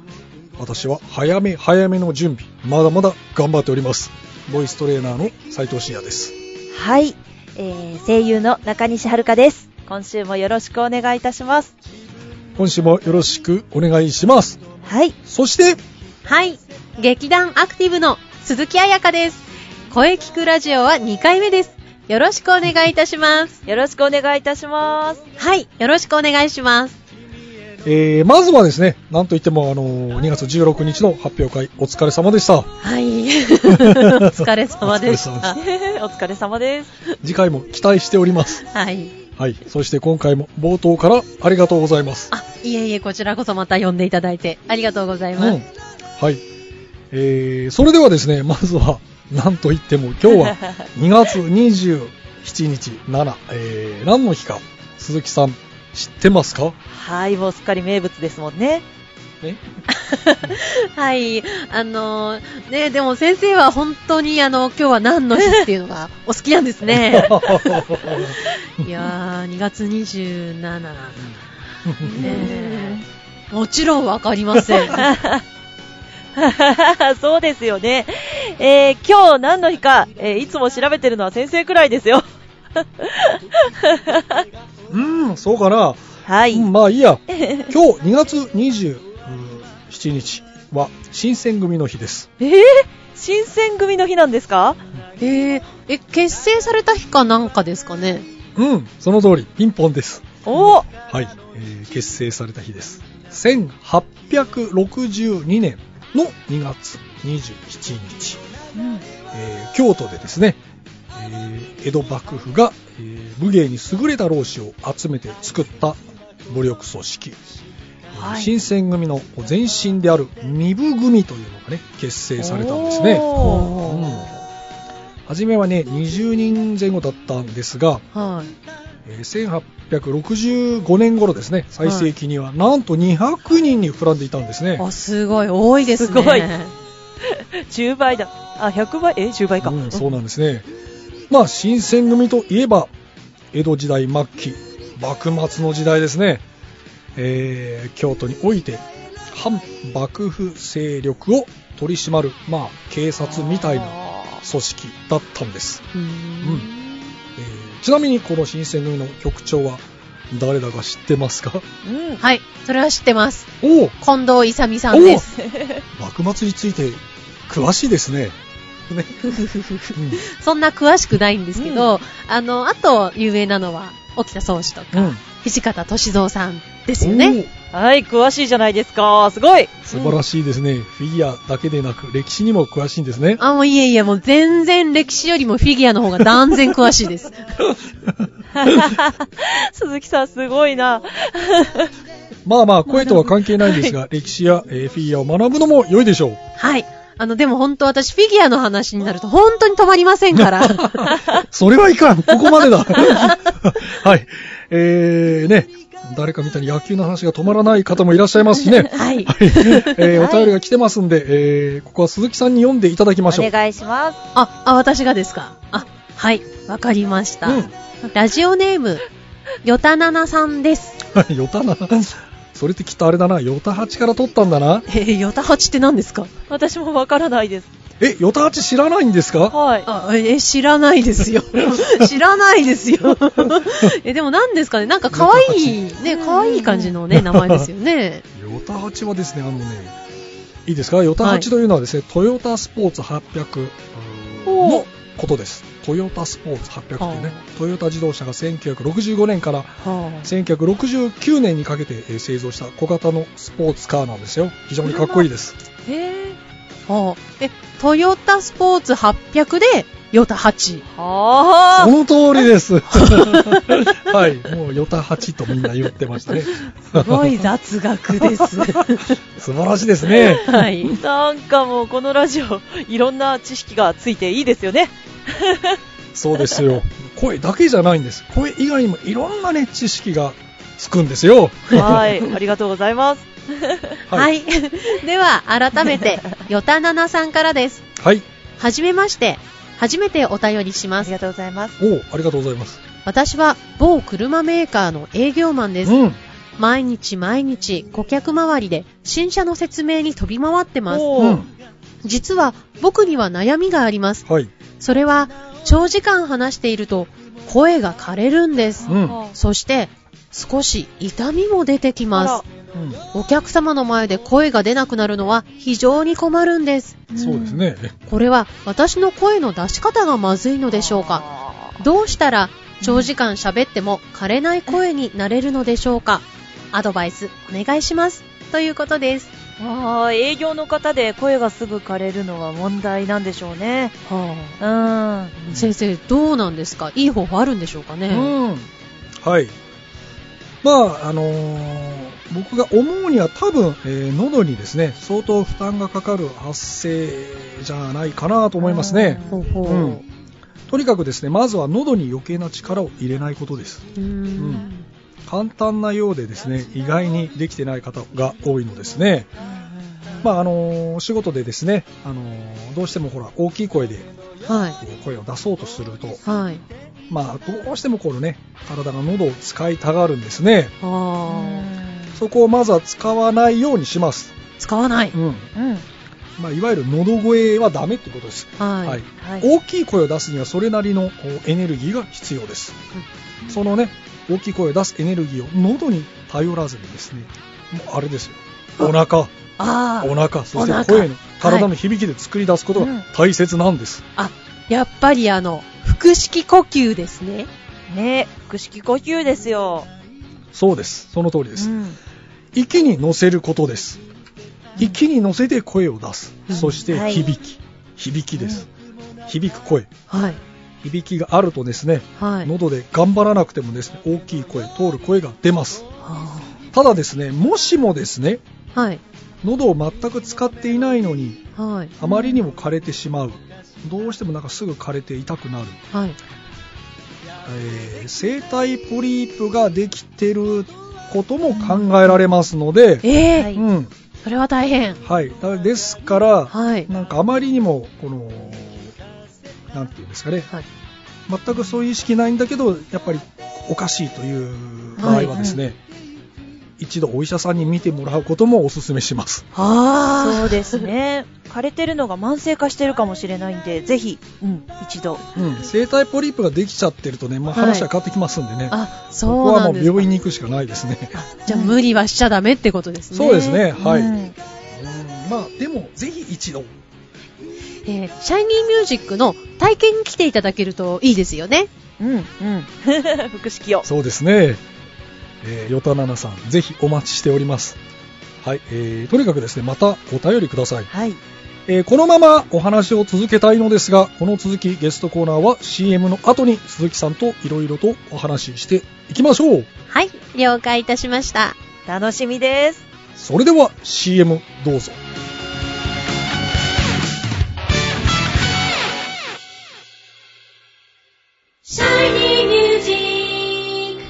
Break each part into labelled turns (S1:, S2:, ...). S1: 私は早め早めの準備、まだまだ頑張っております。ボイストレーナーの斉藤慎也です。
S2: はい。えー、声優の中西遥です。今週もよろしくお願いいたします。
S1: 今週もよろしくお願いします。
S2: はい。
S1: そして、
S3: はい。劇団アクティブの鈴木彩香です。声聞くラジオは2回目です。よろしくお願いいたします。
S2: よろしくお願いいたします。
S3: はい。よろしくお願いします。
S1: えーまずはですね、なんといっても、あのー2月16日の発表会、お疲れ様でした。
S3: はい。 お疲れ様でし
S1: お疲
S3: た。
S2: お疲れ様です。
S1: 次回も期待しております。
S3: はい。
S1: はい。そして今回も冒頭からありがとうございます。
S3: あ、いえいえ、こちらこそまた呼んでいただいてありがとうございます。
S1: うん。はい。えーそれではですね、まずは、なんといっても、今日 は2月27日7、えー何の日か、鈴木さん、知ってますか
S2: はい、もうすっかり名物ですもんね。
S1: え
S3: はい。あのーね、でも先生は本当にあの、今日は何の日っていうの がお好きなんです ね。いやー、2月27。ねえもちろんわかりませ ん。
S2: そうですよね。えー、今日何の日か、えーいつも調べてるのは先生くらいですよ。
S1: うん、そうかな。
S2: はい。
S1: うんまあいいや。今日2月27日は新選組の日です。
S2: えー、新選組の日なんですか
S3: えー、え、結成された日かなんかですかね。
S1: うん、その通り、ピンポンです。
S2: おー
S1: はい、えー結成された日です。1862年の2月27日、えー京都でですね、えー江戸幕府が、えー武芸に優れた老子を集めて作った武力組織、
S2: はい
S1: 新選組の前身である身分組というのがね結成されたんですね。
S2: おー
S1: うん初めはね20人前後だったんですが、
S3: はい。
S1: えー1865年頃ですね最盛期にはなんと200人に膨らんでいたんですね、
S3: あ、すごい、多いですね。
S2: すごい10倍だ。あ、100倍えー、10倍か。
S1: うん、そうなんですねまあ新選組といえば江戸時代末期幕末の時代ですね、えー京都において反幕府勢力を取り締まる、まあ、警察みたいな組織だったんです
S3: うー
S1: うん
S3: ん
S1: えーちなみにこの新選組の局長は誰だか知ってますか
S2: うん。
S3: はい、それは知ってます。
S1: おお
S3: 近藤勇さんです。
S1: 幕末について詳しいですね。ね
S3: そんな詳しくないんですけど、あの、あと、有名なのは、沖田総司と
S1: う
S3: か、
S1: ん。うん。
S3: 土方歳三さんですよね。
S2: はい、詳しいじゃないですか。すごい。
S1: おー素晴らしいですね、フィギュアだけでなく歴史にも詳しいんですね。
S3: あ、もういえいえ、もう全然歴史よりもフィギュアの方が断然詳しいです。
S2: 鈴木さん、すごいな。
S1: まあまあ声とは関係ないんですが、歴史や、えーフィギュアを学ぶのも良いでしょう。
S3: はい。あの、でも本当私フィギュアの話になると本当に止まりませんから。
S1: それはいかんここまで だはい。えー、ね、誰かみたいに野球の話が止まらない方もいらっしゃいますしね。
S3: はい。
S1: はい。えーお便りが来てますんで、えーここは鈴木さんに読んでいただきましょう。
S2: お願いします。
S3: あ、あ、私がですかあ、はい。わかりました。
S1: うん
S3: ラジオネーム、よたななさんです。
S1: ヨタな。それってきっとあれだな、ヨタ8から取ったんだな。
S3: えー、よたはちって何ですか
S2: 私もわからないです。
S1: え、与田八知らないんですか
S2: はい。
S3: あえ知らないですよ。知らないですよ。えでも何ですかね、なんか可愛いね、
S2: うん
S3: 可愛い感じのね、名前ですよね。
S1: 与田八はですね、あのね、いいですか与田八というのはですね、トヨタスポーツ800のことです。トヨタスポーツ800というね
S3: は、
S1: トヨタ自動車が1965年から
S3: は
S1: 1969年にかけてえー製造した小型のスポーツカーなんですよ。非常にかっこいいです。
S3: あ、へえ。はあ、え、トヨタスポーツ800で、ヨタ8。
S2: は
S1: その通りです。 はい。もう、ヨタ八とみんな言ってましたね。
S3: すごい雑学 です。
S1: 素晴らしいですね。
S3: はい。
S2: あ。なんかもうこのラジオ、いろんな知識がついていいですよね。
S1: そうですよ。 声だけじゃないんです。声以外にもいろんなね、知識がつくんですよ。
S2: はい。ありがとうございます。
S3: は。い。 では、改めて、ヨタナナさんからです。
S1: はい。
S3: はじめまして。初めてお便りし
S2: あ
S3: ま
S2: り
S3: す。
S2: がとうございます。
S1: おうありがとうございます。
S3: 私は某車メーカーの営業マンです。
S1: うん。
S3: 毎日毎日顧客周りで新車の説明に飛び回ってます。
S2: お
S1: う
S2: ー
S1: ん。
S3: 実は僕には悩みがあります。
S1: はい。
S3: それは長時間話していると声が枯れるんです。
S1: うん
S2: あ
S3: そして少し痛みも出てきま
S2: あ
S3: す。
S1: うん。
S3: お客様の前で声が出なくなるのは非常に困るんです。
S2: ら
S1: そうです。ね。
S3: これは私の声の出し方がまずいのでしょうか
S2: か
S3: どうしたら長時間喋っても枯れない声になれるのでしょうかアドバイスお願いします。ということです。
S2: ああ、営業の方で声がすぐ枯れるのは問題なんでしょうね。
S3: は
S2: うん。は
S3: あ、先生、どうなんですかいい方法あるんでしょうかね、
S1: うん。はい。まあ、あのー僕が思うには多分、えー喉にですね、相当負担がかかる発声じゃないかなと思いますね。
S3: ほうほう。
S1: うんとにかくですね、まずは喉に余計な力を入れないことです。
S3: うーん
S1: 簡単なようでですね、意外にできてない方が多いのですね。まあ、あのーお仕事でですね、あのーどうしてもほら、大きい声で
S3: は
S1: こう声を出そうとすると、
S3: い。はい。
S1: まあ、どうしてもこのね、体が喉を使いたがるんですね。
S3: あ
S1: そこをまずは使わないようにします。
S3: あ、使わない。
S1: うん。
S2: うん。
S1: まあ、いわゆる喉声はダメってことです。
S3: はい。
S1: はい。
S2: はい。
S1: 大きい声を出すにはそれなりのこうエネルギーが必要です。そのね、大きい声を出すエネルギーを喉に頼らずにですね、もうあれですよ。お腹、
S3: あ
S1: お腹、そ
S3: お
S1: し
S3: 腹
S1: て声の体の響きで作り出すことが大切なんです。
S3: あ、あ、やっぱりあの、腹式呼吸ですね。
S2: ね腹式呼吸ですよ。
S1: そうです。その通りです。
S2: うん
S1: 息に乗せることです。息に乗せて声を出す。
S3: うん
S1: そして
S2: はい
S1: 響き。響きです。響く声。
S3: はい。
S1: 響きがあるとですね、
S3: はい。
S1: 喉で頑張らなくてもですね、大きい声、通る声が出ます。
S3: あ
S1: ただですね、もしもですね、
S3: ーはい。
S1: 喉を全く使っていないのに、
S3: はい。
S1: あまりにも枯れてしまう。どうしてもなんかすぐ枯れて痛くなる。
S3: はい。
S1: えー、声帯ポリープができてることも考えられますので、
S3: ええ
S2: はい
S1: うん。
S3: それは大変。
S1: はい。だですから、
S3: はい。
S1: なんかあまりにも、この、なんていうんですかね、
S3: はい。
S1: 全くそういう意識ないんだけど、やっぱりおかしいという場合はですね、一度お医者さんに診てもらうこともお勧めします。
S2: そ
S3: あ
S2: うですね。枯れてるのが慢性化してるかもしれないんで、ぜひ、うん、一度。
S1: うん。声帯ポリープができちゃってるとね、まあ、
S3: はい
S1: 話は変わってきますんでね、
S3: あ。あ、
S1: こ
S3: そ
S1: こ
S3: う
S1: は
S3: な
S1: も
S3: ん
S1: う
S3: ですか
S1: 病院に行くしかないですね。
S3: じゃあ無理はしちゃダメってことですね。
S1: そうですね、はい。
S2: う
S1: うん
S2: ん
S1: まあ、でも、ぜひ一度。
S3: えーシャイニーミュージックの体験に来ていただけるといいですよね。
S2: うん、うん。 腹式を。
S1: そうですね。えー、よたななさん、ぜひお待ちしております。はい、えー、とにかくですね、またお便りください。
S2: はい。
S1: えーこのままお話を続けたいのですが、この続きゲストコーナーは CM の後に鈴木さんといろいろとお話ししていきましょう。
S3: はい、了解いたしました。
S2: 楽しみです。
S1: それでは CM どうぞ。
S3: シャイニーミュージック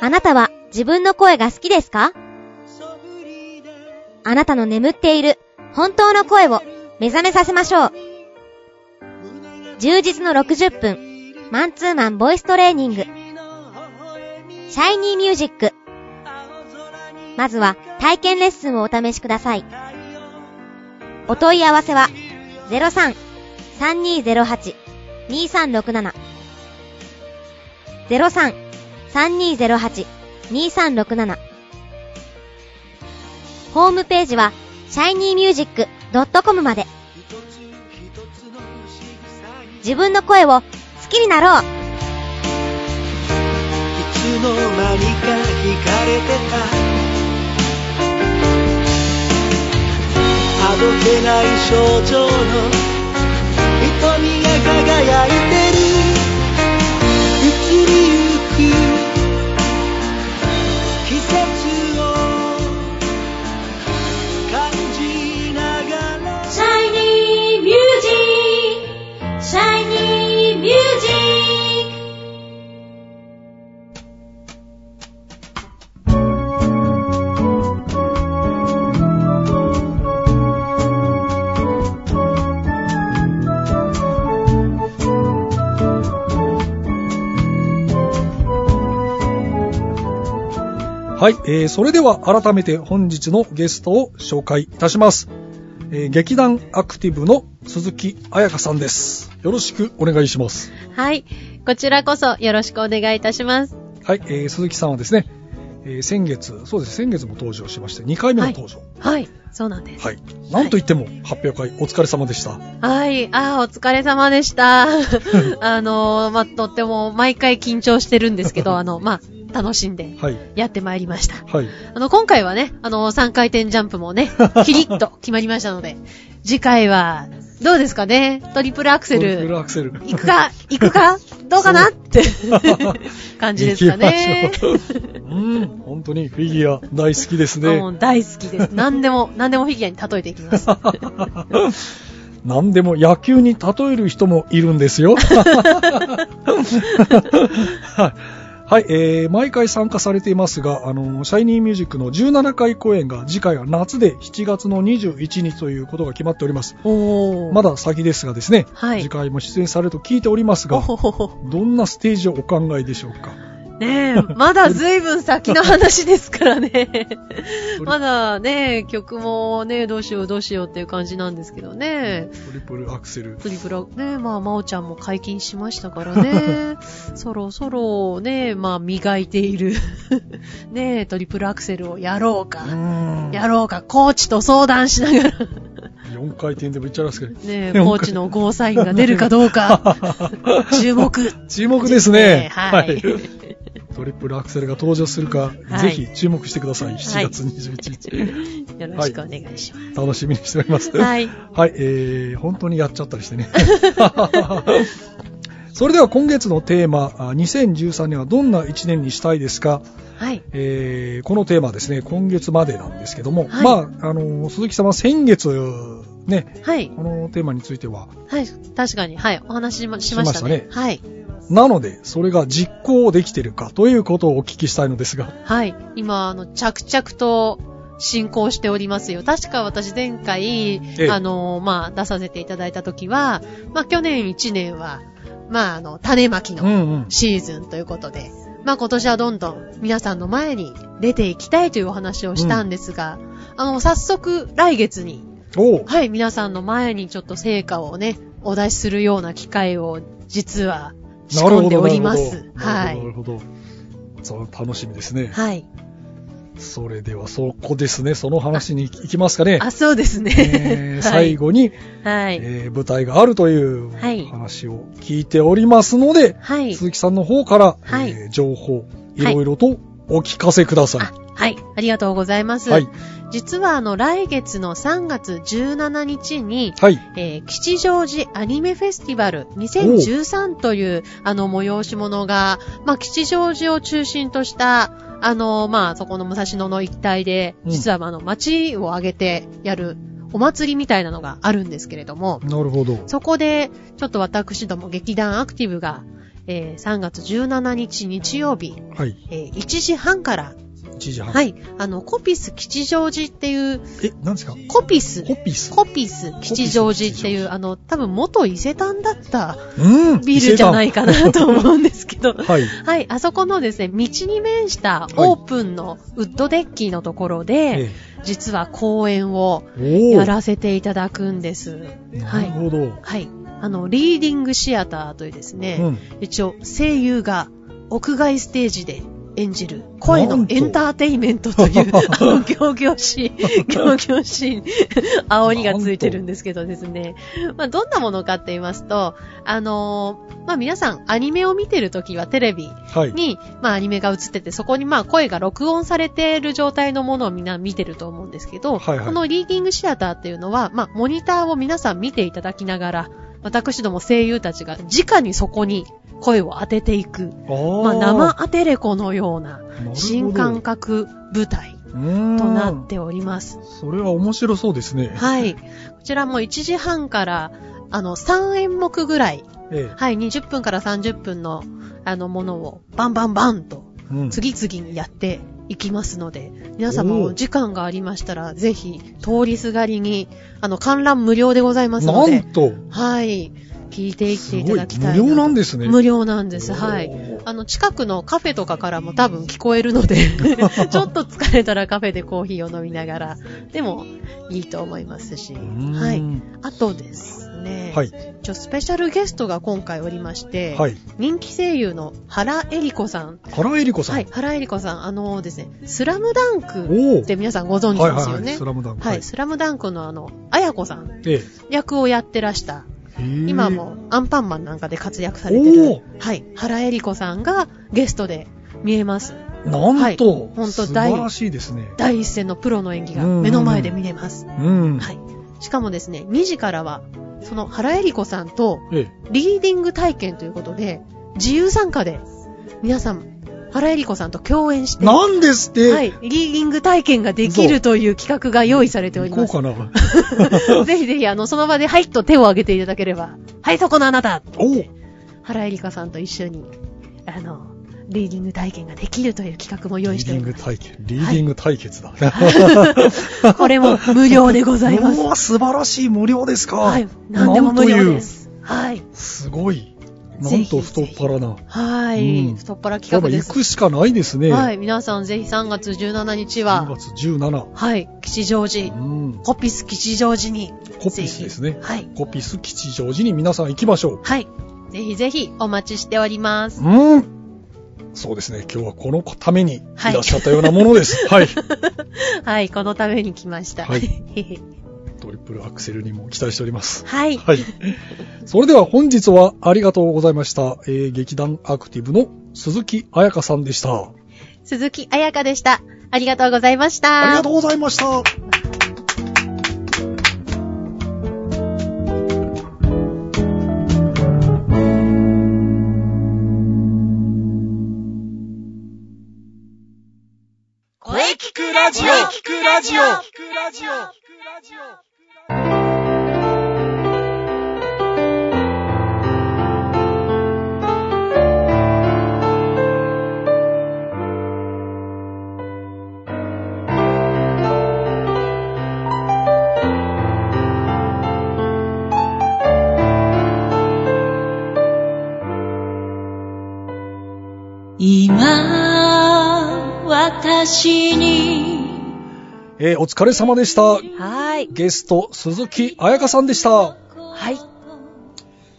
S4: あなたは自分の声が好きですかあなたの眠っている
S5: 本当の声を目覚めさせましょう。充実の60分、マンツーマンボイストレーニング。シャイニーミュージック。まずは体験レッスンをお試しください。お問い合わせは03-3208-2367 03-3208-2367ホームページは shinymusic.com まで自分の声を好きになろう
S4: いつの間にか惹かれてたあどけない症状の瞳が輝いてる移りゆく季節を感じながら
S5: Shiny Music! Shiny Music!
S1: はい、えー、それでは改めて本日のゲストを紹介いたします。えー劇団アクティブの鈴木彩香さんです。よろしくお願いします。
S3: はい。こちらこそよろしくお願いいたします。
S1: はい、えー鈴木さんはですね、えー先月、そうです、先月も登場しまして、2回目の登場。
S3: はい。そうなんです。
S1: はい。なんといっても、発表会お疲れ様でした。
S3: はい。ああ、お疲れ様 でした。あのー、まあ、とっても毎回緊張してるんですけ ど、あの、まあ、楽しんで
S1: はい。
S3: やってまいりました。
S1: はい。
S3: あの、今回はね、あの、3回転ジャンプ もね、キリッと決まりましたので、次回は、どうですかねトリプルアクセ
S1: トリプ
S3: ル、
S1: アクセル。
S3: 行くか、行くか、どうかなって 感じですかね
S1: 行。きましょう。うん、本当にフィギュア大好きですね
S3: も。う大好きです。何でも、何でもフィギュアに例えていきます。
S1: 何でも野球に例える人もいるんですよ。はい、はいえー毎回参加されていますが、あの、シャイニーミュージックの17回公演が次回は夏で7月の21日ということが決まって おります。
S3: おー。
S1: まだ先ですがですね、
S3: はい
S1: 次回も出演されると聞いておりますが、
S3: おー
S1: どんなステージをお考えでしょうか。
S3: ねえ、まだ随分先の話ですから ね。まだね、曲もね、どうしようどうしようっていう感じなんですけどね。
S1: トリプルアクセル。
S3: プリプラ、ね、まあ、まおちゃんも解禁しましたから ね。そろそろね、まあ、磨いている、 ね、トリプルアクセルをやろう
S1: う
S3: か。
S1: ん。
S3: やろうか、コーチと相談しながら、
S1: 4回転でもいっちゃいますけど。
S3: ね、コーチのゴーサインが出るかどうか、注 目。
S1: 注目ですね。
S3: はい
S1: トリプルアクセルが登場するか、
S3: い
S1: ぜひ注目してください。
S3: はい
S1: 7月21日。
S3: よろしくお願いしま
S1: 楽しみにしております。
S3: す。はい。
S1: はい、えー、本当にやっちゃったりしてね。 それでは今月のテーマ、あ2013年はどんな1年にしたいですか、
S3: はい。
S1: えー、このテーマですね、今月までなんですけども、
S3: はい
S1: まあ、あの、鈴木さんは先月、ね、
S3: はい。
S1: このテーマについては、
S3: はい、確かに、はい、お話しましましたね。
S1: しま
S3: はい、
S1: なので、それが実行できているかということをお聞きしたいのですが、
S3: はい。今、あの、着々と進行しておりますよ。確か私前回、
S1: え
S3: あの、まあ、出させていただいた時は、まあ、去年1年は、まあ、あの、種まき
S1: う
S3: の
S1: んうん。
S3: シーズンということで、まあ、今年はどんどん皆さんの前に出ていきたいというお話をしたんですが、あの、早速来月に、
S1: おう
S3: はい、皆さんの前にちょっと成果をね、お出しするような機会を実は仕
S1: なる
S3: 込ん
S1: ほ
S3: で
S1: ど、
S3: お
S1: なる
S3: りま
S1: ほ
S3: す
S1: ど。。
S3: は
S1: ないる。ほど。なるほどそう、楽しみですね。
S3: はい。
S1: それでは、そこですね。その話に行きますかね。
S3: あ、そうですね。
S1: えー最後に、
S3: はい。はい。
S1: えー舞台があるという
S3: はい
S1: 話を聞いておりますので、
S3: はい。
S1: 鈴木さんの方から、
S3: はい
S1: えー情報、い
S3: はい
S1: ろいろとお聞かせください。
S3: あ、はい。ありがとうございます。
S1: はい。
S3: 実は、あの、来月の3月17日に、
S1: はい。
S3: えー吉祥寺アニメフェスティバル2013という、あの、催し物が、まあ、吉祥寺を中心とした、あの、まあ、そこの武蔵野の一帯で、
S1: うん
S3: 実は、あの、街を挙げてやるお祭りみたいなのがあるんですけれども、
S1: なるほど。
S3: そこで、ちょっと私ども劇団アクティブが、えー3月17日日曜日、
S1: はい。
S3: えー1時半から
S1: 1時半。
S3: はい。あの、コピス吉祥寺っていう、
S1: え、何ですか
S3: コピス、
S1: コピス。
S3: コピス吉祥
S1: コ
S3: 寺ってい
S1: ピス吉祥
S3: う、
S1: 寺
S3: あの、多分元伊勢丹だった
S1: うん
S3: ビルじゃない
S1: 伊勢
S3: かなと思うんですけど
S1: 丹。はい。
S3: はい、あそこのですね、道に面したオープンのウッドデッキのところで、
S1: え
S3: 実は公演を
S1: えお
S3: や
S1: ー
S3: らせていただくんです。
S1: な
S3: は
S1: る
S3: い。
S1: ほど。
S3: はい。あの、リーディングシアターというですね、
S1: うん。
S3: 一応声優が屋外ステージで演じる声
S1: な
S3: の
S1: んと
S3: エンターテインメントという、あの、 行々しい、行々しい、青鬼がついてるんですけどですね。まあ、どんなものかって言いますと、あのーまあ、皆さんアニメを見てるときはテレビ
S1: はい。
S3: に、まあ、アニメが映ってて、そこにまあ、声が録音されている状態のものをみんな見てると思うんですけど、
S1: はいはい
S3: このリーディングシアターっていうのは、まあ、モニターを皆さん見ていただきながら、私ども声優たちが直にそこに声を当てていく、
S1: あー
S3: まあ、生アテレコのような
S1: なるほど
S3: 新感覚舞台
S1: うーん
S3: となっております。
S1: それは面白そうですね。
S3: はい。こちらも1時半から、あの、3演目ぐらい、
S1: え
S3: はい、20分から30分の、あの、ものを、バンバンバンと
S1: えうん
S3: 次々にやっていきますので、皆様
S1: おー
S3: お時間がありましたら、ぜひ通りすがりに、あの、観覧無料でございますの
S1: な
S3: で
S1: ん、と、
S3: はい、聞いていっ
S1: す
S3: てい
S1: ご
S3: た
S1: い
S3: だきたい
S1: 無
S3: と
S1: 料なんですね。
S3: 無料なんです。は
S1: お
S3: い。
S1: ー
S3: あの、近くのカフェとかからも多分聞こえるの で、ちょっと疲れたらカフェでコーヒーを飲みながら、でもいいと思いますし、
S1: うーん
S3: はい。あとですね、
S1: はい。
S3: ちょスペシャルゲストが今回おりまして、
S1: はい。
S3: 人気声優の原恵里子さん
S1: 原恵理子さん。
S3: はい、原恵理子さん、あのですね、スラムダンク
S1: おお。
S3: って皆さんご存知ですよね。
S1: ス
S3: はい
S1: ラムダンク。
S3: スラムダンクのあの、あやこさん
S1: え
S3: 役をやってらした、
S1: えへえ
S3: 今もアンパンマンなんかで活躍されて
S1: お
S3: る
S1: お、
S3: はい、原恵理子さんがゲストで見えます。
S1: なんと、
S3: はいほんと
S1: 素
S3: 大
S1: 晴らしいですね。
S3: 第一線のプロの演技が
S1: うんうん
S3: 目の前で見れます。
S1: うん。
S3: はい。しかもですね、2時からは、その原恵理子さんと
S1: ええ
S3: リーディング体験ということで、自由参加で、皆さん、原恵理子さんと共演して、
S1: なんですって、
S3: はい、リーディング体験ができるという企画が用意されており
S1: 行
S3: ます。
S1: こうか な。
S3: ぜひぜひ、あの、その場で、はいと手を挙げていただければ、はい、そこのあなた
S1: おう
S3: 原恵里香さんと一緒に、あの、リーディング体験ができるという企画も
S1: リ
S3: 用意
S1: ー
S3: して
S1: デ
S3: お
S1: ィン
S3: り
S1: グ
S3: ます。
S1: 対決、リーディング対決だ。
S3: これも無料でございます
S1: う。わ素晴らしい、無料ですか。
S3: はい、何でも無料です。はい。
S1: すごい。な
S3: ぜ
S1: ん
S3: ひぜ
S1: と
S3: ひ
S1: 太っ腹な。
S3: はい、
S1: うん
S3: 太っ腹企
S1: ただ
S3: 画で
S1: 行
S3: す。
S1: くしかないですね。
S3: はい、皆さんぜひ3月17日
S1: 3
S3: は、
S1: 月17。
S3: はい、吉祥寺
S1: う、ん。
S3: コピス吉祥寺に、
S1: コピスですね。
S3: はい、
S1: コピス吉祥寺に皆さん行きましょう。
S3: はい、ぜひぜひお待ちしております。
S1: うん。そうですね。今日はこのためにい
S3: はい
S1: らっしゃったようなもの です。はい。
S3: はい、このために来ました。
S1: はいトリプルアクセルにも期待しております。
S3: はい。
S1: はい。それでは本日はありがとうございました。えー劇団アクティブの鈴木彩香さんでした。
S3: 鈴木彩香でした。ありがとうございました。
S1: ありがとうございました。
S4: 声聞くラジオ聞くラジオ
S6: 今、私に
S1: えーお疲れ様でした。
S2: はい。
S1: ゲスト、鈴木彩香さんでした。
S2: はい。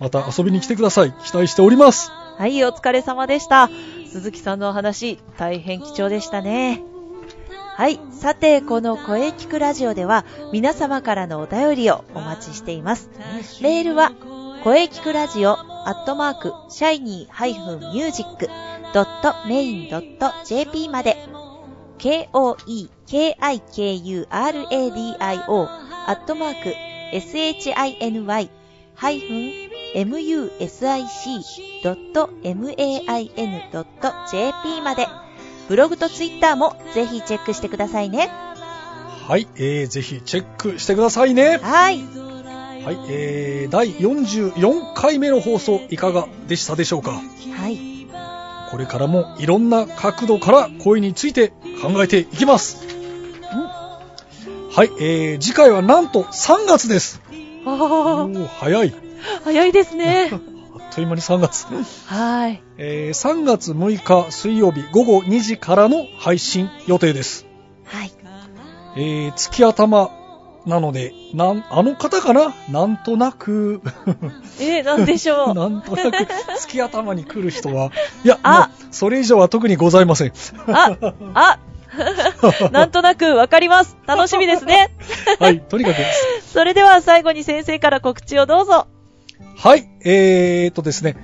S1: また遊びに来てください。期待しております。
S2: はい、お疲れ様でした。鈴木さんのお話、大変貴重でしたね。はい。さて、この声聞くラジオでは、皆様からのお便りをお待ちしています。メールは、声聞くラジオ、アットマーク、シャイニー -music.main.jp まで、k-o-e-k-i-k-u-r-a-d-i-o、アットマーク、shiny-music.main.jp まで、ブログとツイッターもぜひチェックしてくださいね。
S1: はい。えーぜひチェックしてくださいね。
S2: はい。
S1: はい。えー第44回目の放送いかがでしたでしょうか
S2: はい。
S1: これからもいろんな角度から声について考えていきます。はい、えー、次回はなんと3月です。お
S2: あ
S1: ー早い。
S2: あ、早いです ね。
S1: あっという間に3月。
S2: はい。
S1: えー、3月6日水曜日午後2時からの配信予定です。
S5: はい。
S1: えー、月頭なので、なん、あの方かななんとなく、
S2: えー、 なんでしょう。
S1: なんとなく月頭に来る人は、いや、
S2: あ
S1: まあ、それ以上は特にございま せん。
S2: あ、あ、 なんとなくわかります。楽しみです ね。
S1: はい、とにかくです。
S2: それでは最後に先生から告知をどうぞ。
S1: はい、えー、とですね、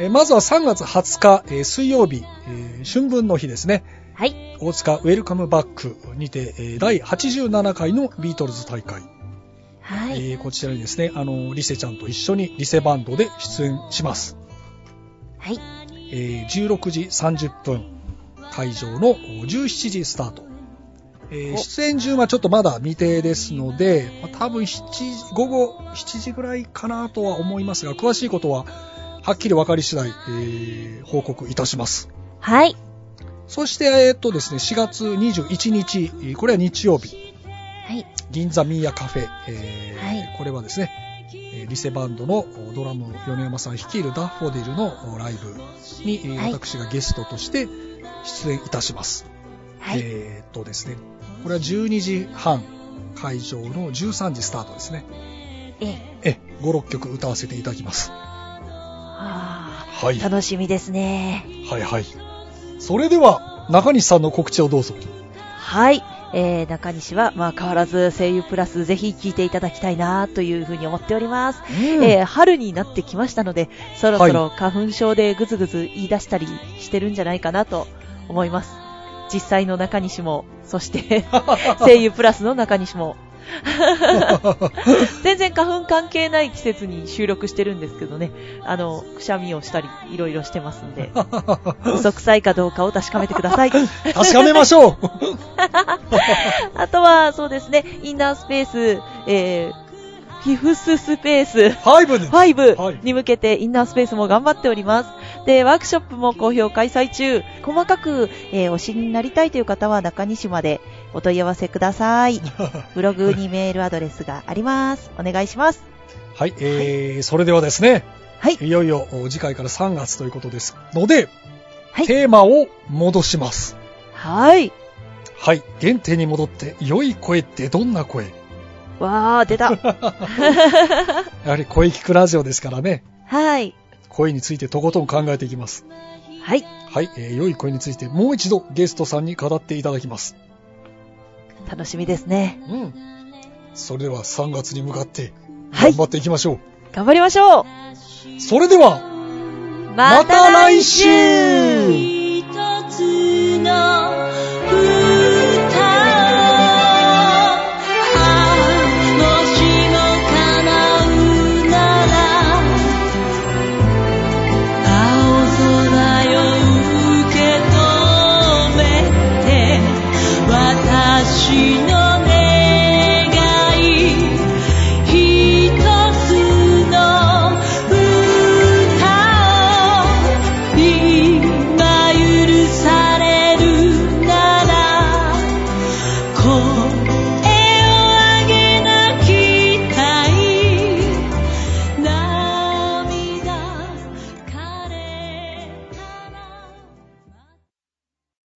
S1: えーまずは3月20日、えー水曜日、えー春分の日ですね、
S5: はい。
S1: 大塚ウェルカムバックにて、えー第87回のビートルズ大会、
S5: はい。
S1: えーこちらにですね、あのーリセちゃんと一緒にリセバンドで出演します。
S5: はい。
S1: えー16時30分、会場の17時スタート。えー出演順はちょっとまだ未定ですので、まあ多分7時、午後7時ぐらいかなとは思いますが、詳しいことははっきり分かり次第、えー報告いたします。
S5: はい。
S1: そして、えーっとですね、4月21日、えーこれは日曜日、
S5: はい。
S1: 銀座ミーヤカフェ、えー
S5: はい
S1: これはですね、えーリセバンドのおドラム米山さん率いるダッフォディルのおライブに、えー
S5: はい
S1: 私がゲストとして出演いたします。
S5: はい。
S1: えーっとですね、これは12時半、会場の13時スタートですね。
S5: ええ
S1: え、5、6曲歌わせていただきます。
S2: あ
S1: はい
S2: ー。楽しみですね。
S1: はいはい。それでは、中西さんの告知をどう ぞ。
S2: はい。えー、中西は、まあ、変わらず声優プラスぜひ聞いていただきたいなというふうに思っております。えー春になってきましたので、そろそろ花粉症でぐずぐず言い出したりしてるんじゃないかなと思います。実際の中西も、そして声優プラスの中西も、 全然花粉関係ない季節に収録してるんですけどね、あの、くしゃみをしたり、いろいろしてますんで、嘘くさいかどうかを確かめてください。
S1: 確かめましょう
S2: あとは、そうですね、インナースペース、えー、フィフススペース、
S1: ファイブではい
S2: 5に向けてインナースペースも頑張っております。で、ワークショップも好評開催中。細かく、えーお知りになりたいという方は中西までお問い合わせくださ い。ブログにメールアドレスがあります。お願いします。
S1: はい、えー、それではですね、
S2: はい。
S1: いよいよお次回から3月ということですので、
S2: はい
S1: テーマを戻します。
S2: はい。
S1: はい、原点に戻って、良い声ってどんな声
S2: わー、出た。
S1: やはり声聞くラジオですからね、
S2: はい。
S1: 声についてとことん考えていきます。
S2: はい。
S1: はい、えー良い声についてもう一度ゲストさんに語っていただきます。
S2: 楽しみですね。
S1: うん。それでは3月に向かって、
S2: は
S1: 頑
S2: い
S1: 張っていきましょう。
S2: 頑張りましょう。
S1: それでは、また来週
S6: 一つの